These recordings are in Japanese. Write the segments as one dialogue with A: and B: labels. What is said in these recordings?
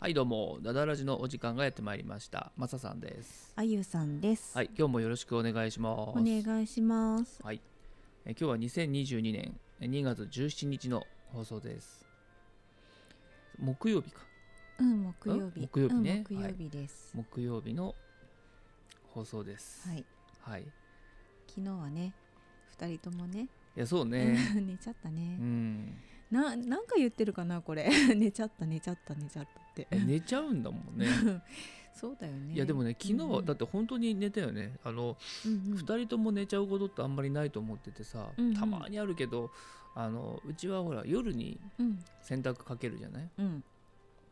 A: はいどうもダダラジのお時間がやってまいりましたマサさんです
B: あゆさんです。
A: はい今日もよろしくお願いします
B: お願いします。
A: はいえ今日は2022年2月17日の放送です木曜日か
B: うん、木曜日。
A: ん木曜日ね
B: うん木曜日です。
A: 木曜日の放送です、
B: はいい。
A: はい、い
B: 昨日はね、二人ともね、
A: やそうね
B: 寝ちゃった
A: う
B: ね。
A: ん
B: な、なんか言ってるかなこれ。 寝ちゃった寝ちゃった寝ちゃったって。
A: え寝ちゃうんだもん ね
B: そうだよね。
A: いやでもね昨日
B: うんう
A: は
B: ん
A: だって本当に寝たよねあの
B: うんうん
A: 2人とも寝ちゃうことってあんまりないと思っててさ、
B: うんうん
A: たまにあるけどあのうちはほら夜に
B: うん
A: 洗濯かけるじゃない
B: うん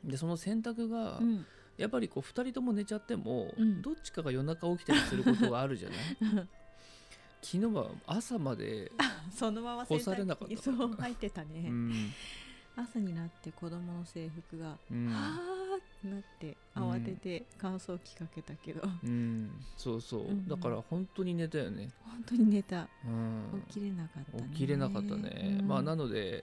A: でその洗濯が、
B: うん
A: やっぱりこう2人とも寝ちゃっても、
B: うん
A: どっちかが夜中起きたりすることがあるじゃない 昨日は朝まで、
B: そのまま
A: 干されなかった
B: 洗濯機そう入ってた
A: う
B: ね。
A: ん
B: 朝になって子供の制服が。
A: うん
B: はあってなって慌てて乾燥機かけたけど、
A: うん、そうそう、
B: うんうん
A: だから本当に寝たよね、
B: 本当に寝た
A: うん、
B: 起きれなかったね
A: 起きれなかったね、
B: うん
A: まあなので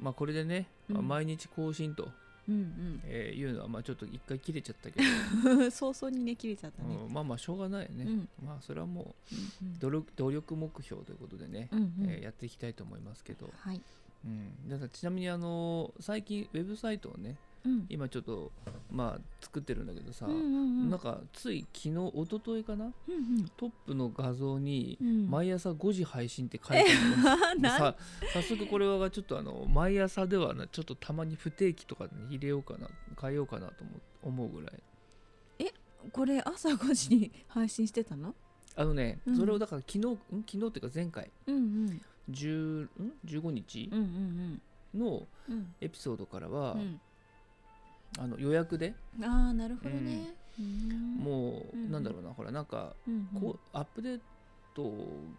A: まあこれでね、まあ
B: うん
A: 毎日更新と、
B: うん
A: えーいうのはまあちょっと一回切れちゃったけど、
B: うん、早々にね切れちゃったね。
A: うんまあまあしょうがないよね、
B: うん
A: まあそれはも
B: うん
A: う努力努力目標ということでね、
B: うんうん
A: えーやっていきたいと思いますけど、
B: はい。
A: うん、だからちなみにあの最近ウェブサイトをね
B: うん
A: 今ちょっとまあ作ってるんだけどさ、
B: うんうんうん
A: なんかつい昨日一昨日かな
B: うんうん
A: トップの画像に
B: うん
A: 毎朝5時配信って書いてある、
B: あ
A: で
B: なん
A: さ早速これはちょっとあの毎朝ではなちょっとたまに不定期とかに入れようかな変えようかなと思う思うぐらい
B: これ朝5時に配信してたの？
A: あのね、
B: うん
A: それをだから昨日ん昨日っていうか前回
B: うんうん
A: 10ん15日
B: うんうん
A: の
B: うんうん
A: エピソードからは、
B: うん。
A: あの予約で
B: ああなるほどね。うん
A: もう、
B: うん
A: なんだろうなほらなんか
B: うんうん
A: こうアップデート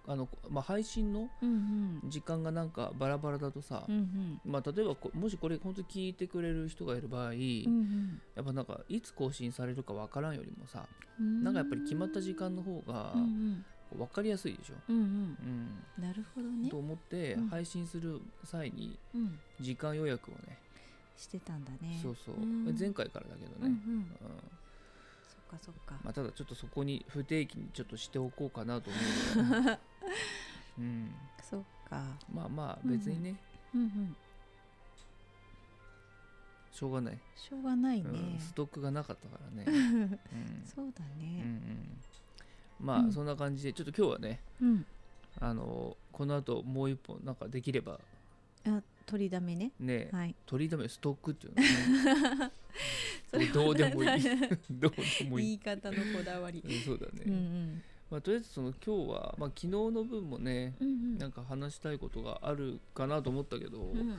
A: あの、まあ、配信の
B: うんうん
A: 時間がなんかバラバラだとさ、
B: うんうん
A: まあ、例えばこもしこれ本当に聞いてくれる人がいる場合、
B: うん
A: やっぱなんかいつ更新されるかわからんよりもさ
B: うん。
A: なんかやっぱり決まった時間の方が
B: うんうん
A: 分かりやすいでしょ。
B: うんうん
A: うん
B: なるほどね
A: と。思って
B: うん
A: 配信する際に
B: うん
A: 時間予約をね、
B: してたんだね。
A: そうそう、
B: ん
A: 前回からだけどね、
B: うんう
A: うん
B: ん。そっかそっか。
A: まあ、ただちょっとそこに不定期にちょっとしておこうかなと思うぐ らいうん、
B: そっか。
A: まあまあ別にね、
B: うんうん。
A: しょうがない、
B: しょうがないね。
A: うん、ストックがなかった からね、うん
B: そうだ
A: うんう
B: ね。
A: んま
B: う
A: あ
B: ん
A: そんな感じでちょっと今日はね
B: うん。
A: あのこの後もう一本なんかできれば
B: あ、取りだめね。
A: ね、
B: はい。
A: 取りだめストックっていう のねもうどうでもいい どうでもい
B: 言
A: い
B: い方のこだわり。
A: うんそうだね、
B: うんうん。
A: まあ、とりあえずその今日は、まあ、昨日の分もね
B: うん
A: なんか話したいことがあるかなと思ったけど、
B: うん。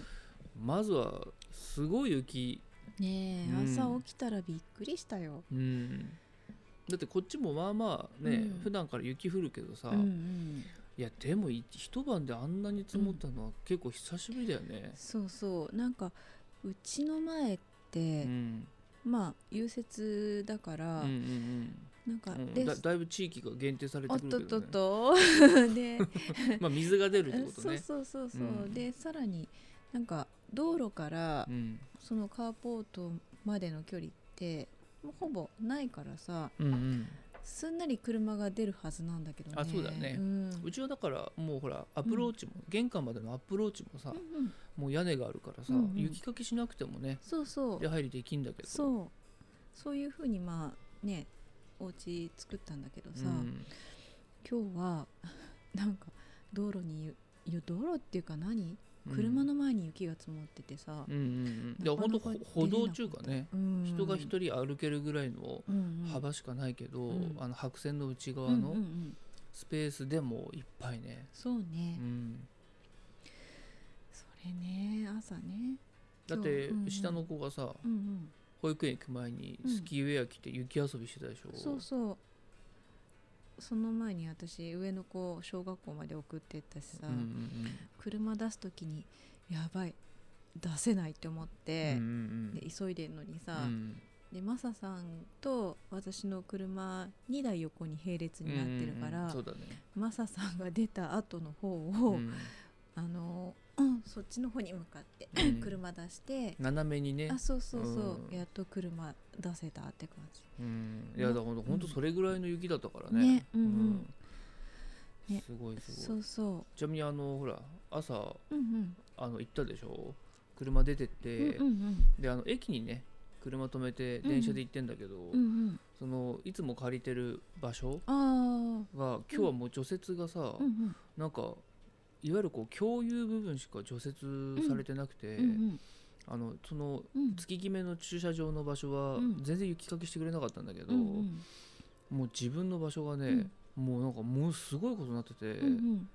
A: まずはすごい雪、
B: ねえ、
A: うん
B: 朝起きたらびっくりしたよ。
A: うん、だってこっちもまあまあね、
B: うん
A: 普段から雪降るけどさ、
B: うんうん。
A: いやでもい一晩であんなに積もったのは結構久しぶりだよね。
B: そうそう。なんかうちの前っ
A: う
B: て、
A: ん
B: まあ融雪だか
A: うん
B: ら、
A: うん
B: なんか、
A: うんうん
B: で、
A: だだいぶ地域が限定され
B: お
A: てく
B: っとっ
A: るけ
B: と
A: ど、
B: っ
A: ね、
B: と で、
A: まあ水が出るってこと
B: そう
A: ね。
B: そうそうそう。
A: うん
B: で、さらになんか道路から、
A: うん
B: そのカーポートまでの距離ってもうほぼないからさ
A: うんうん、
B: すんなり車が出るはずなんだけどね
A: あそうだね
B: ん、
A: うちはだからもうほらアプローチも、玄関までのアプローチもさ、
B: うんうん
A: もう屋根があるからさ、
B: うんうん
A: 雪かきしなくてもね
B: そうそう
A: 出入りできんだけど
B: そうそういうふうにまあねお家作ったんだけどさ、
A: うん
B: 今日は なんか道路にゆいや道路っていうか何
A: うん
B: 車の前に雪が積もっててさ
A: うん、うんうん、いや
B: なか
A: 本当
B: なか
A: 歩道中かね、
B: うん
A: 人が一人歩けるぐらいの
B: うんうん
A: 幅しかないけど、
B: うん
A: あの白線の内
B: うん
A: 側
B: うんう
A: の
B: ん
A: スペースでもいっぱいね、
B: そ
A: う
B: うね、
A: ん、
B: それね朝ね
A: だって
B: そううんうん
A: 下の子がさ
B: うんうん
A: 保育園行く前に
B: うん
A: スキーウェア着て雪遊びしてたでしょ、
B: そうそうその前に私上の子を小学校まで送ってったしさ、
A: うんうん
B: 車出す時にやばい出せないって思っ
A: うん
B: て
A: うんう、ん
B: で急いでんのにさ、
A: うん
B: でマサさんと私の車2台横に並列になってるか
A: う
B: ら、
A: んうんうんそうだね
B: マサさんが出た後の方を、
A: うん
B: あのうん、そっちの方に向かって
A: うん
B: 車出して、
A: 斜めにね
B: あそうそうそう、
A: うん
B: やっと車出せたって感じ
A: うんいやだからほんとそれぐらいの雪だったからね
B: ねうんうん
A: うん
B: ね
A: すごいす
B: そ
A: ごいう
B: そ
A: ちなみにあのほら朝
B: ううんうん
A: あの行ったでしょ車出てって、
B: うんうん
A: であの駅にね車止めて電車で行ってんだけど、
B: うんうん
A: そのいつも借りてる場所
B: ああうん
A: が今日はもう除雪がさ、
B: うん
A: なんかいわゆるこう共有部分しか除雪されてなくて、
B: うんうん
A: あのその
B: うん
A: 月決めの駐車場の場所は
B: うん
A: 全然雪かきしてくれなかったんだけど、
B: うんうん
A: もう自分の場所がね、もうなんかもうすごいことになってて、
B: うん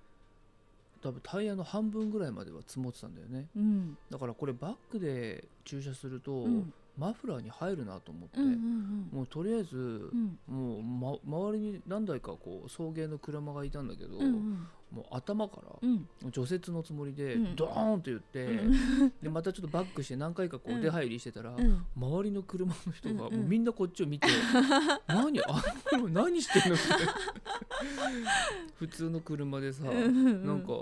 A: 多分タイヤの半分ぐらいまでは積もってたんだよね
B: うんうん
A: だからこれバックで駐車すると、
B: うん
A: マフラーに入るなと思って、
B: うんうん
A: もうとりあえず、
B: うん
A: もう、ま、周りに何台かこう送迎の車がいたんだけど、
B: うんうん
A: もう頭か
B: う
A: ら
B: ん
A: 除雪のつもりで、
B: うん
A: ドーンと言って、
B: うん
A: でまたちょっとバックして何回かこ
B: う
A: うん出入りしてたら、
B: うん
A: 周りの車の人がも
B: う
A: うん
B: うん
A: みんなこっちを見 て「何あの車何してんの?」って普通の車でさ、
B: うん
A: なんか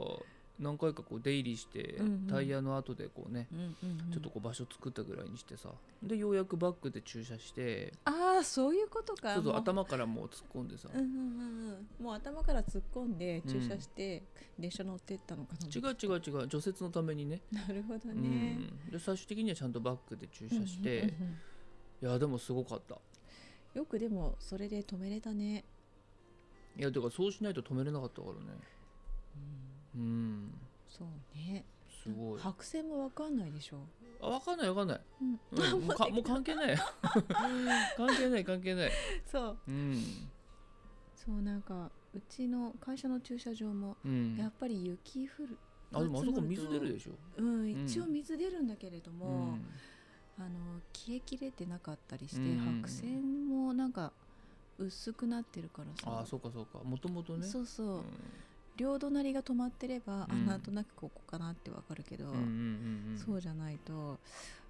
A: 何回かこう出入りして、
B: うんうん
A: タイヤの後でこうね
B: うんうん
A: ちょっとこう場所作ったぐらいにしてさでようやくバックで駐車して
B: ああそういうことか
A: ちょっと
B: もう
A: 頭からもう突っ込んでさ、
B: うんうんうんうんもう頭から突っ込んで駐車して列車乗ってったのかな
A: 違う違う違う除雪のためにね
B: なるほど
A: う
B: ね
A: ん、で最終的にはちゃんとバックで駐車して、
B: うんうんうんうん
A: いやでもすごかった
B: よくでもそれで止めれたね
A: いやてかそうしないと止めれなかったからねうん
B: そうね
A: すごい
B: 白線もわかんないでしょ、
A: あ分かんない分かんない、
B: うん
A: うん、もうかもう関係ない 関係ない関係ない
B: そう
A: うん
B: そうなんかうちの会社の駐車場も
A: う
B: や
A: ん
B: っぱり雪降る
A: あでもあそこ
B: 積もると
A: 水出るでしょ
B: うん一応
A: うん
B: 水出るんだけれども、
A: うん
B: あの消えきれてなかったりして、
A: うん
B: 白線もなんか薄くなってるからさ
A: ああそうかそうかもともとね
B: そうそう、
A: うん
B: 両隣が止まってれば、
A: うん
B: あなんとなくここかなってわかるけ
A: う
B: ど、
A: んうんうんうん
B: そうじゃないと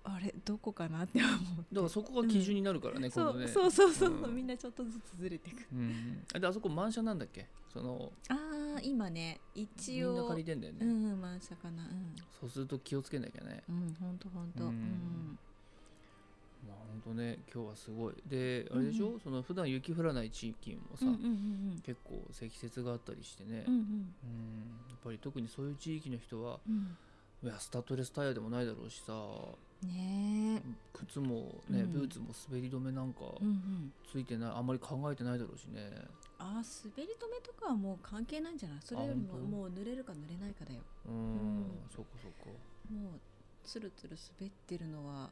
B: あれどこかなって思う
A: だからそこが基準になるからね、今
B: そ
A: 度
B: う
A: ね
B: そうそうそう、
A: うん
B: みんなちょっとずつずれてく
A: うんうんあであそこ満車なんだっけその
B: ああ今ね一応
A: みんな借りてんだよね、
B: うん満車かな
A: そうすると気をつけなきゃね
B: うんうんほんとほんと
A: う
B: うんん
A: まあ本当ね今日はすごいであれでしょ、
B: うん
A: その普段雪降らない地域もさ、
B: うんうんうん
A: 結構積雪があったりしてね、
B: うんうん
A: うんやっぱり特にそういう地域の人は
B: うん
A: いやスタッドレスタイヤでもないだろうしさ
B: ねえ
A: 靴もね、
B: うん
A: ブーツも滑り止めなんか
B: うんうん
A: ついてない、あんまり考えてないだろうしね
B: ああ滑り止めとかはもう関係ないんじゃないそれよりも
A: あほんと
B: もう濡れるか濡れないかだよ
A: うん、
B: うん
A: そうかそうか
B: もうつるつる滑ってるのは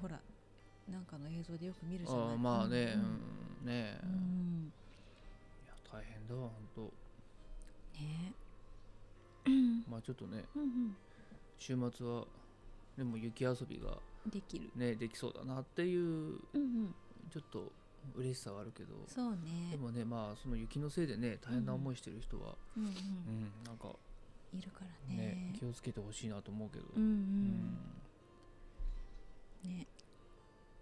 B: ほらなんかの映像でよく見るじゃない
A: ああまあね、
B: うん
A: うんね、
B: うんう
A: い
B: ん
A: や大変だわ本
B: ね
A: 当まあちょっとね
B: えうん
A: 週末はでも雪遊びが
B: うんできる
A: ねできそうだなっていう
B: うんうん
A: ちょっと嬉しさはあるけど
B: そうね
A: でもねまあその雪のせいでね大変な思いしてる人は、
B: うんう
A: うんんなんか
B: いるから
A: ね
B: ね
A: 気をつけてほしいなと思うけど、
B: うん
A: うん
B: うんね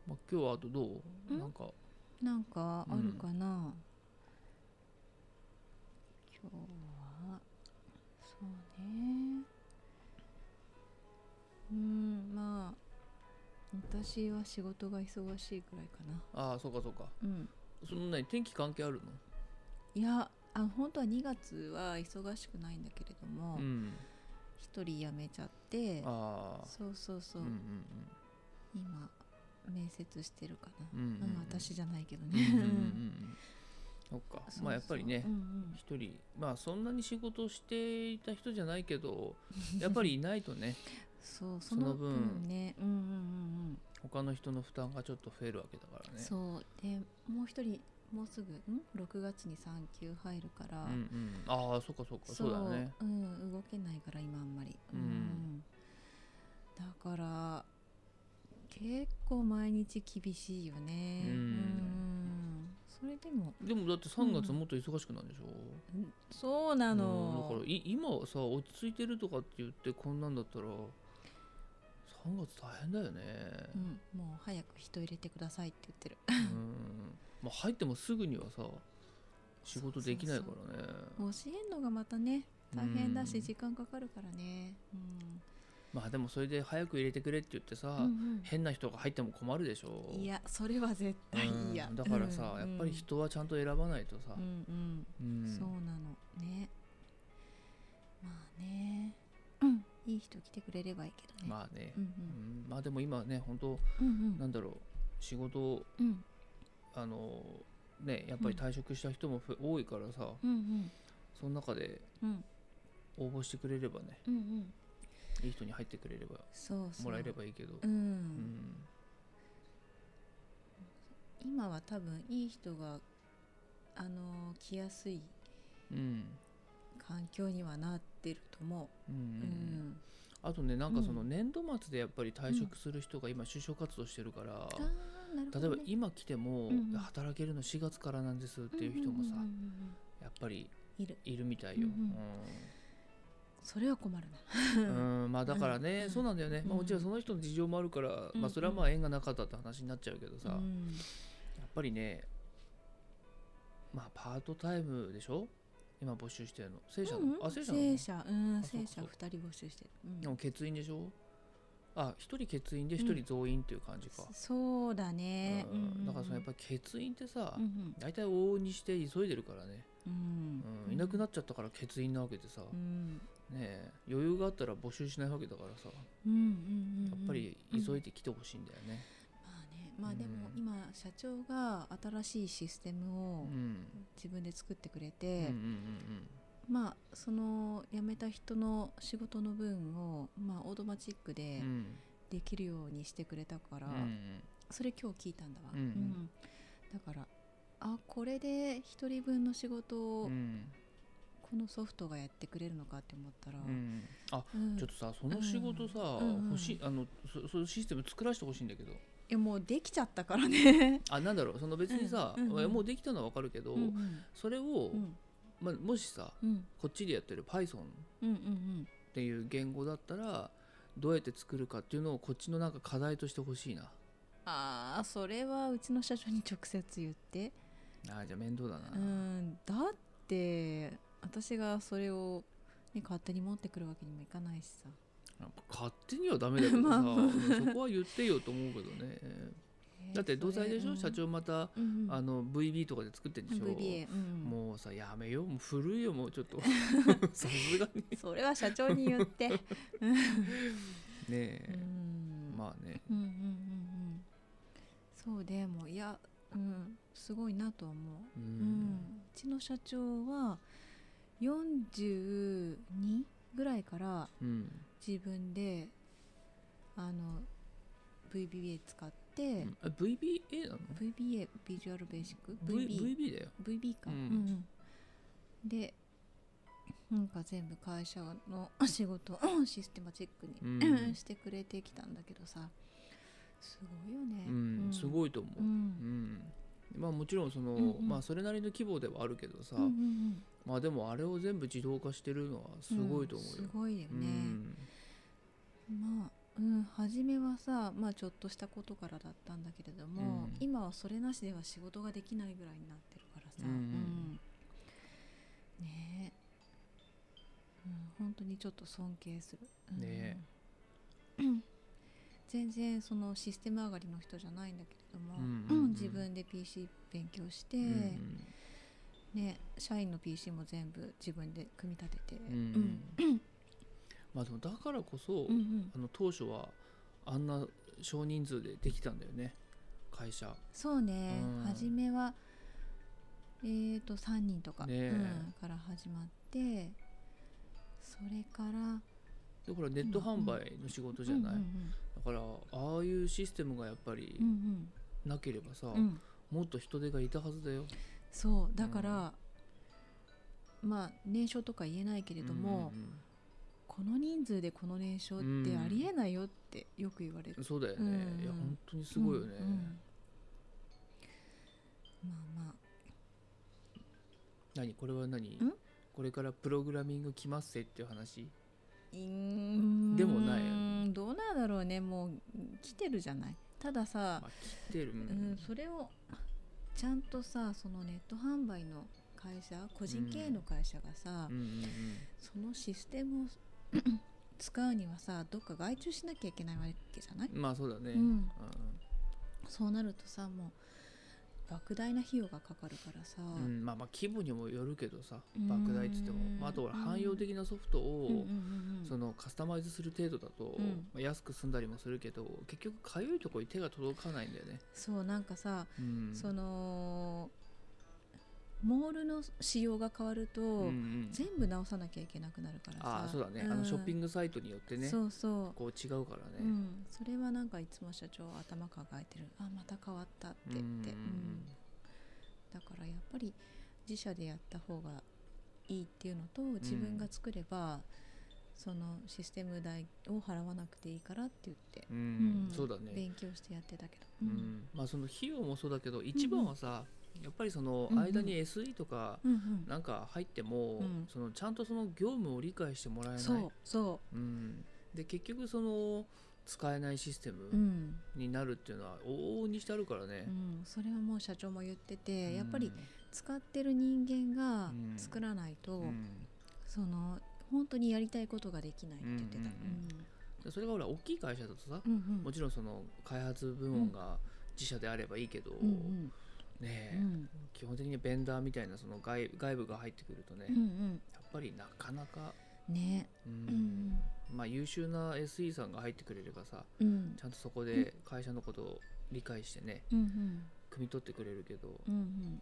A: まあ、今日はあとどう、
B: うん
A: なんか
B: なんかあるかな、今日はそうねうんまあ私は仕事が忙しいくらいかな
A: ああそうかそうか
B: うん
A: そのね天気関係ある
B: いやあ本当は2月は忙しくないんだけれど
A: の
B: も
A: う、ん
B: 一人辞めちゃって
A: ああ
B: そうそうそうう、
A: んうん
B: 今面接してるかな、
A: うんうん
B: う
A: うんん
B: 私じゃないけど
A: うんう
B: ね
A: んうんうんう
B: うん
A: んそっか
B: そう
A: まあやっぱりね
B: そううん
A: 一人まあそんなに仕事をしていた人じゃないけ どやっぱりいないとね
B: そう
A: そ
B: そ
A: の
B: の
A: 分
B: 分ねうんうんうんうん
A: 他の人の負担がちょっと増えるわけだからね
B: そうでもう一人もうすぐん6月に産休入るから、
A: うんうん、ああそうかそうかそうだね
B: うん、動けないから今あんまり、
A: うん
B: だから結構毎日厳しいよね
A: うん
B: うんそれでも
A: でもだって3月もっと忙しくなるでしょ、
B: んそうなの、
A: うんだからい今はさ落ち着いてるとかって言ってこんなんだったら3月大変だ よね
B: うんもう早く人入れてくださいって言ってる
A: うん、まあ、入ってもすぐにはさ仕事できないからね
B: 教えんのがまたね大変だし
A: うん
B: 時間かかるからね、うん
A: まあでもそれで早く入れてくれって言ってさ、
B: うん
A: 変な人が入っても困るでしょ
B: うんいやそれは絶対
A: うん
B: 嫌、
A: だからさ、
B: うん
A: やっぱり人はちゃんと選ばないとさ
B: うん、うん
A: うん
B: そうなのねまあね、うん、いい人来てくれればいいけどね、
A: まあね、
B: うん
A: うんまあでも今ね本当
B: うんう
A: なんんだろう仕事を
B: うん
A: あのねやっぱり退職した人もふ多いからさ、
B: うんうん
A: その中で
B: うん
A: 応募してくれればね
B: うんうん
A: いい人に入ってくれれば
B: そうそう
A: もらえればいいけど、
B: うん、
A: うん
B: 今は多分いい人があのー来やすい
A: うん
B: 環境にはなってると思
A: うん
B: う、う
A: うん
B: ん
A: あとねなんかその
B: う
A: 年度末でやっぱり退職する人が今就職活動してるから、
B: あーなる
A: 例
B: ほ
A: え
B: ど
A: ば
B: ね
A: 今来ても
B: うんうん
A: 働けるの4月からなんですっていう人もさ
B: んんんうんうん
A: やっぱり
B: いる
A: いるみたいよ。
B: う
A: うんん
B: それは困るな
A: うんまあだからね、
B: うん
A: そうなんだよね、まあ、もちろんその人の事情もあるから、
B: うん
A: まあ、それはまあ縁がなかったって話になっちゃうけどさ、
B: うん
A: やっぱりねまあパートタイムでしょ今募集してるの正社の、
B: うんうん
A: あ正社なの
B: 正社うん
A: あそう
B: 正
A: か
B: 社
A: そう
B: 二人募集してる、うん
A: でも欠員でしょあ一人欠員で一人増員っていう感じか、
B: そうだね、
A: うんだからそのやっぱ
B: り
A: り欠員ってさ、
B: うん
A: 大体往々にして急いでるからね、
B: うん
A: うん、いなくなっちゃったから欠員なわけでさ、
B: う
A: ね
B: ん
A: え余裕があったら募集しないわけだからさや
B: うんうんうんうん
A: っぱり急いで来てほしいんだよね、
B: まあねまあでも
A: うん
B: 今社長が新しいシステム
A: う
B: を
A: ん
B: 自分で作ってくれ
A: うんうん
B: て、まあその辞めた人の仕事の分をまあオートマチック
A: うんう
B: で
A: んうん
B: できるようにしてくれたから、
A: うん
B: それ今日聞いたんだわ、
A: うんうん
B: だからあこれで一人分の仕事
A: うんう
B: を
A: ん
B: このソフトがやってくれるのかって思ったら、
A: うんあ
B: うん
A: ちょっとさその仕事さ、
B: うんうん
A: 欲しいあのそそういうシステム作らせてほしいんだけど
B: いやもうできちゃったからね。
A: あなんだろうその別にさ、
B: うんうんうん
A: もうできたのはわかるけど、
B: うんうん
A: それを、
B: うん
A: まあ、もしさ
B: うん
A: こっちでやってる Python っ
B: うんうん
A: ていう言語だったらどうやって作るかっていうのをこっちのなんか課題としてほしいな
B: ああそれはうちの社長に直接言って
A: あーじゃあ面倒だな、
B: うんだって私がそれを、ね、勝手に持ってくるわけにもいかないしさ
A: 勝手にはダメだけどさ、
B: まあ
A: うんそこは言ってよと思うけど ねだって同罪でしょ、社、長また、
B: えーそれうんうんうん、
A: あの VB とかで作ってるでしょ、
B: VBA、うん、
A: もうさやめようもう古いよもうちょっと さすがにね
B: それは社長に 言って、う
A: え、
B: ん、
A: まあね
B: うんうんうんうんそうでもいや、うん、すごいなとは思う
A: う
B: うんんうちの社長は42ぐらいから
A: うん
B: 自分であの VBA 使って、
A: あ VBA なの
B: VBA ビジュアルベーシック
A: v
B: VB,
A: VB だよ
B: VB か、
A: うん
B: うんうんでなんか全部会社の 仕事をシステマチックに、
A: うん
B: してくれてきたんだけどさすごいよね、
A: うんす
B: い、
A: ごいと思う
B: う
A: うんんまあもちろんその、
B: うんうん
A: まあそれなりの規模ではあるけどさ、
B: うんうんうん、
A: まあでもあれを全部自動化してるのはすごいと思うよ
B: んす、ごいよね、
A: うん
B: まあうん、初めはさ、まあ、ちょっとしたことからだったんだけれども、
A: うん
B: 今はそれなしでは仕事ができないぐらいになってるから
A: うんう
B: さ、
A: ん
B: うんねえ、うん、本当にちょっと尊敬する、うん
A: ね
B: うん 全然そのシステム上がりの人じゃないんだけれども、
A: うんうんうん
B: 自分で PC 勉強して、
A: うん
B: ね、社員の PC も全部自分で組み立てて、
A: うんまあでもだからこそ、
B: うんうん
A: あの当初はあんな少人数でできたんだよね会社
B: そうね、
A: うん
B: 初めはえー、と3人とか、
A: ねえ
B: うん、から始まってそれから
A: でこれはネット販売の仕事じゃない、
B: うん
A: だからああいうシステムがやっぱり
B: うんうん
A: なければさ、
B: うんうんうん
A: もっと人手がいたはずだよ、
B: そうだから、まあ年商とか言えないけれども、
A: うんうん
B: この人数でこの年商ってありえないよってよく言われる、
A: うんそうだよね、
B: うん
A: いや本当にすごいよね、
B: うんうんまあまあ
A: 何これは何
B: ん
A: これからプログラミング来ますせっていう話
B: うーん
A: でもないよ
B: どうなんだろうねもう来てるじゃないたださ、
A: まあ来てる、う
B: うん、それをちゃんとさそのネット販売の会社個人経営の会社がさ、
A: うんうん
B: そのシステムを 使うにはさどっか外注しなきゃいけないわけじゃない
A: うんまあそうだね、
B: うん
A: うん
B: そうなるとさもう莫大な費用がかかるからさ、
A: うんまあまあ規模にもよるけどさ
B: うん
A: 莫大っつっても、まあ、あと俺
B: うん
A: 汎用的なソフトを、
B: うんうんうんうん
A: そのカスタマイズする程度だと、
B: うん
A: まあ安く済んだりもするけど結局かゆいところに手が届かないんだよね。
B: そうなんかさ、
A: うん
B: そのモールの仕様が変わると、
A: うんうん
B: 全部直さなきゃいけなくなるからさ
A: ああそうだね、あのショッピングサイトによって
B: グ
A: ね
B: そうそう
A: こう違うから
B: う
A: ね。
B: ん、それはなんかいつも社長は頭抱えてるあまた変わったって言って、
A: うん
B: うんだからやっぱり自社でやった方がいいっていうのと自分が作れば、そのシステム代を払わなくていいからって言って、
A: うん
B: うん
A: そうだね、
B: 勉強してやってたけど、
A: う
B: うん
A: んまあ、その費用もそうだけど一番はさ、やっぱりその
B: うんうん
A: 間に SE とか
B: うんうん
A: なんか入っても、
B: うん
A: そのちゃんとその業務を理解してもらえない
B: そうそ
A: うん、で結局その使えないシステ
B: う、う
A: ム
B: ん
A: になるっていうのは往々にしてあるからね
B: う。ん、それはもう社長も言ってて、
A: うん
B: やっぱり使ってる人間が
A: うん
B: 作らないと、
A: うん
B: その本当にやりたいことができないって言ってた。
A: でそれがほら大きい会社だとさ、
B: うんうんうん
A: もちろんその開発部門が自社であればいいけど、
B: うんうん
A: ねえ、
B: うん
A: 基本的にベンダーみたいなその外外部が入ってくるとね、
B: う
A: やっ
B: ん
A: ぱりなかなか、
B: うんね
A: う
B: うんん
A: まあ、優秀な SE さんが入ってくれればさ
B: うん
A: ちゃんとそこで会社のことを理解してね
B: うんうん
A: 汲み取ってくれるけど、
B: うん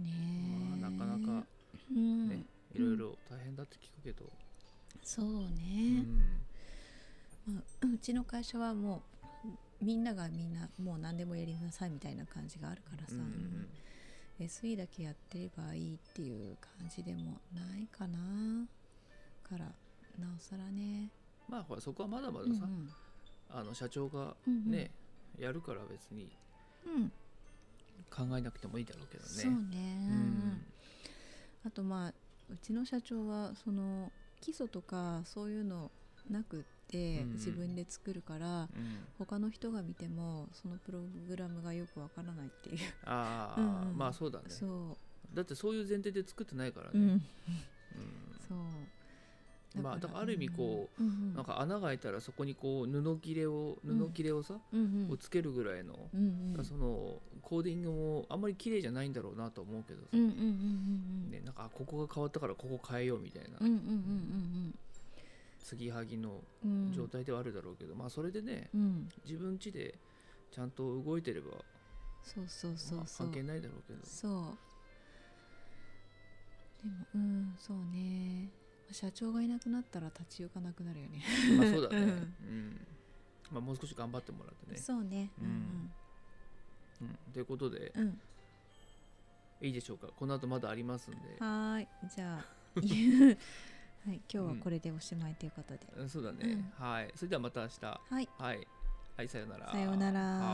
B: うんね
A: まあ、なかなか
B: うん
A: ねいろいろ大変だって聞くけど、
B: そう
A: う
B: ね、
A: ん
B: まあ、うちの会社はもうみんながみんなもう何でもやりなさいみたいな感じがあるからさ、
A: うんうん
B: SE だけやってればいいっていう感じでもないかなからなおさらね、
A: まあほらそこはまだまだ
B: うんう
A: さ、
B: ん
A: あの社長が
B: うんうん
A: ね、やるから別に
B: うん、
A: 考えなくてもいいだろうけどね。
B: そう
A: う
B: ね、うんうん
A: ん
B: あとまあうちの社長はその基礎とかそういうのなくって
A: うんうん
B: 自分で作るから、
A: うん
B: 他の人が見てもそのプログラムがよくわからないっていう、
A: ああ、
B: うんうん
A: まあそうだね
B: そう、
A: だってそういう前提で作ってないから
B: う
A: ね、
B: ん、
A: うん
B: そう
A: まあだからある意味こ
B: う、うんうん、
A: なんか穴が開いたらそこにこう布切れを
B: うん
A: 布切れをさ、
B: うんうん、
A: こうつけるぐらいの、
B: うんうん
A: そのコーディングもあんまり綺麗じゃないんだろうなと思うけどさ、
B: うんうんうんうんうん
A: ね、なんかあここが変わったからここ変えようみたいな、
B: うんうんうん
A: 継ぎはぎの
B: うんうん
A: 状態ではあるだろうけど、まあそれでね
B: うん
A: 自分家でちゃんと動いてれば、
B: そうそうそう
A: まあ
B: そ
A: 関
B: う
A: 係ないだろうけど
B: そうでもうんそうね社長がいなくなったら立ち行かなくなるよね
A: まあそうだね、う
B: うんん
A: まあ、もう少し頑張ってもらってね。
B: そうね
A: う
B: うんん
A: うんということで
B: うん、うん、
A: いいでしょうかこの後まだありますんで。
B: はーいじゃあはい今日はこれでおしまいということで、
A: うんそうだね、はいそれではまた明日
B: はい
A: はい、はい、さようなら
B: さようなら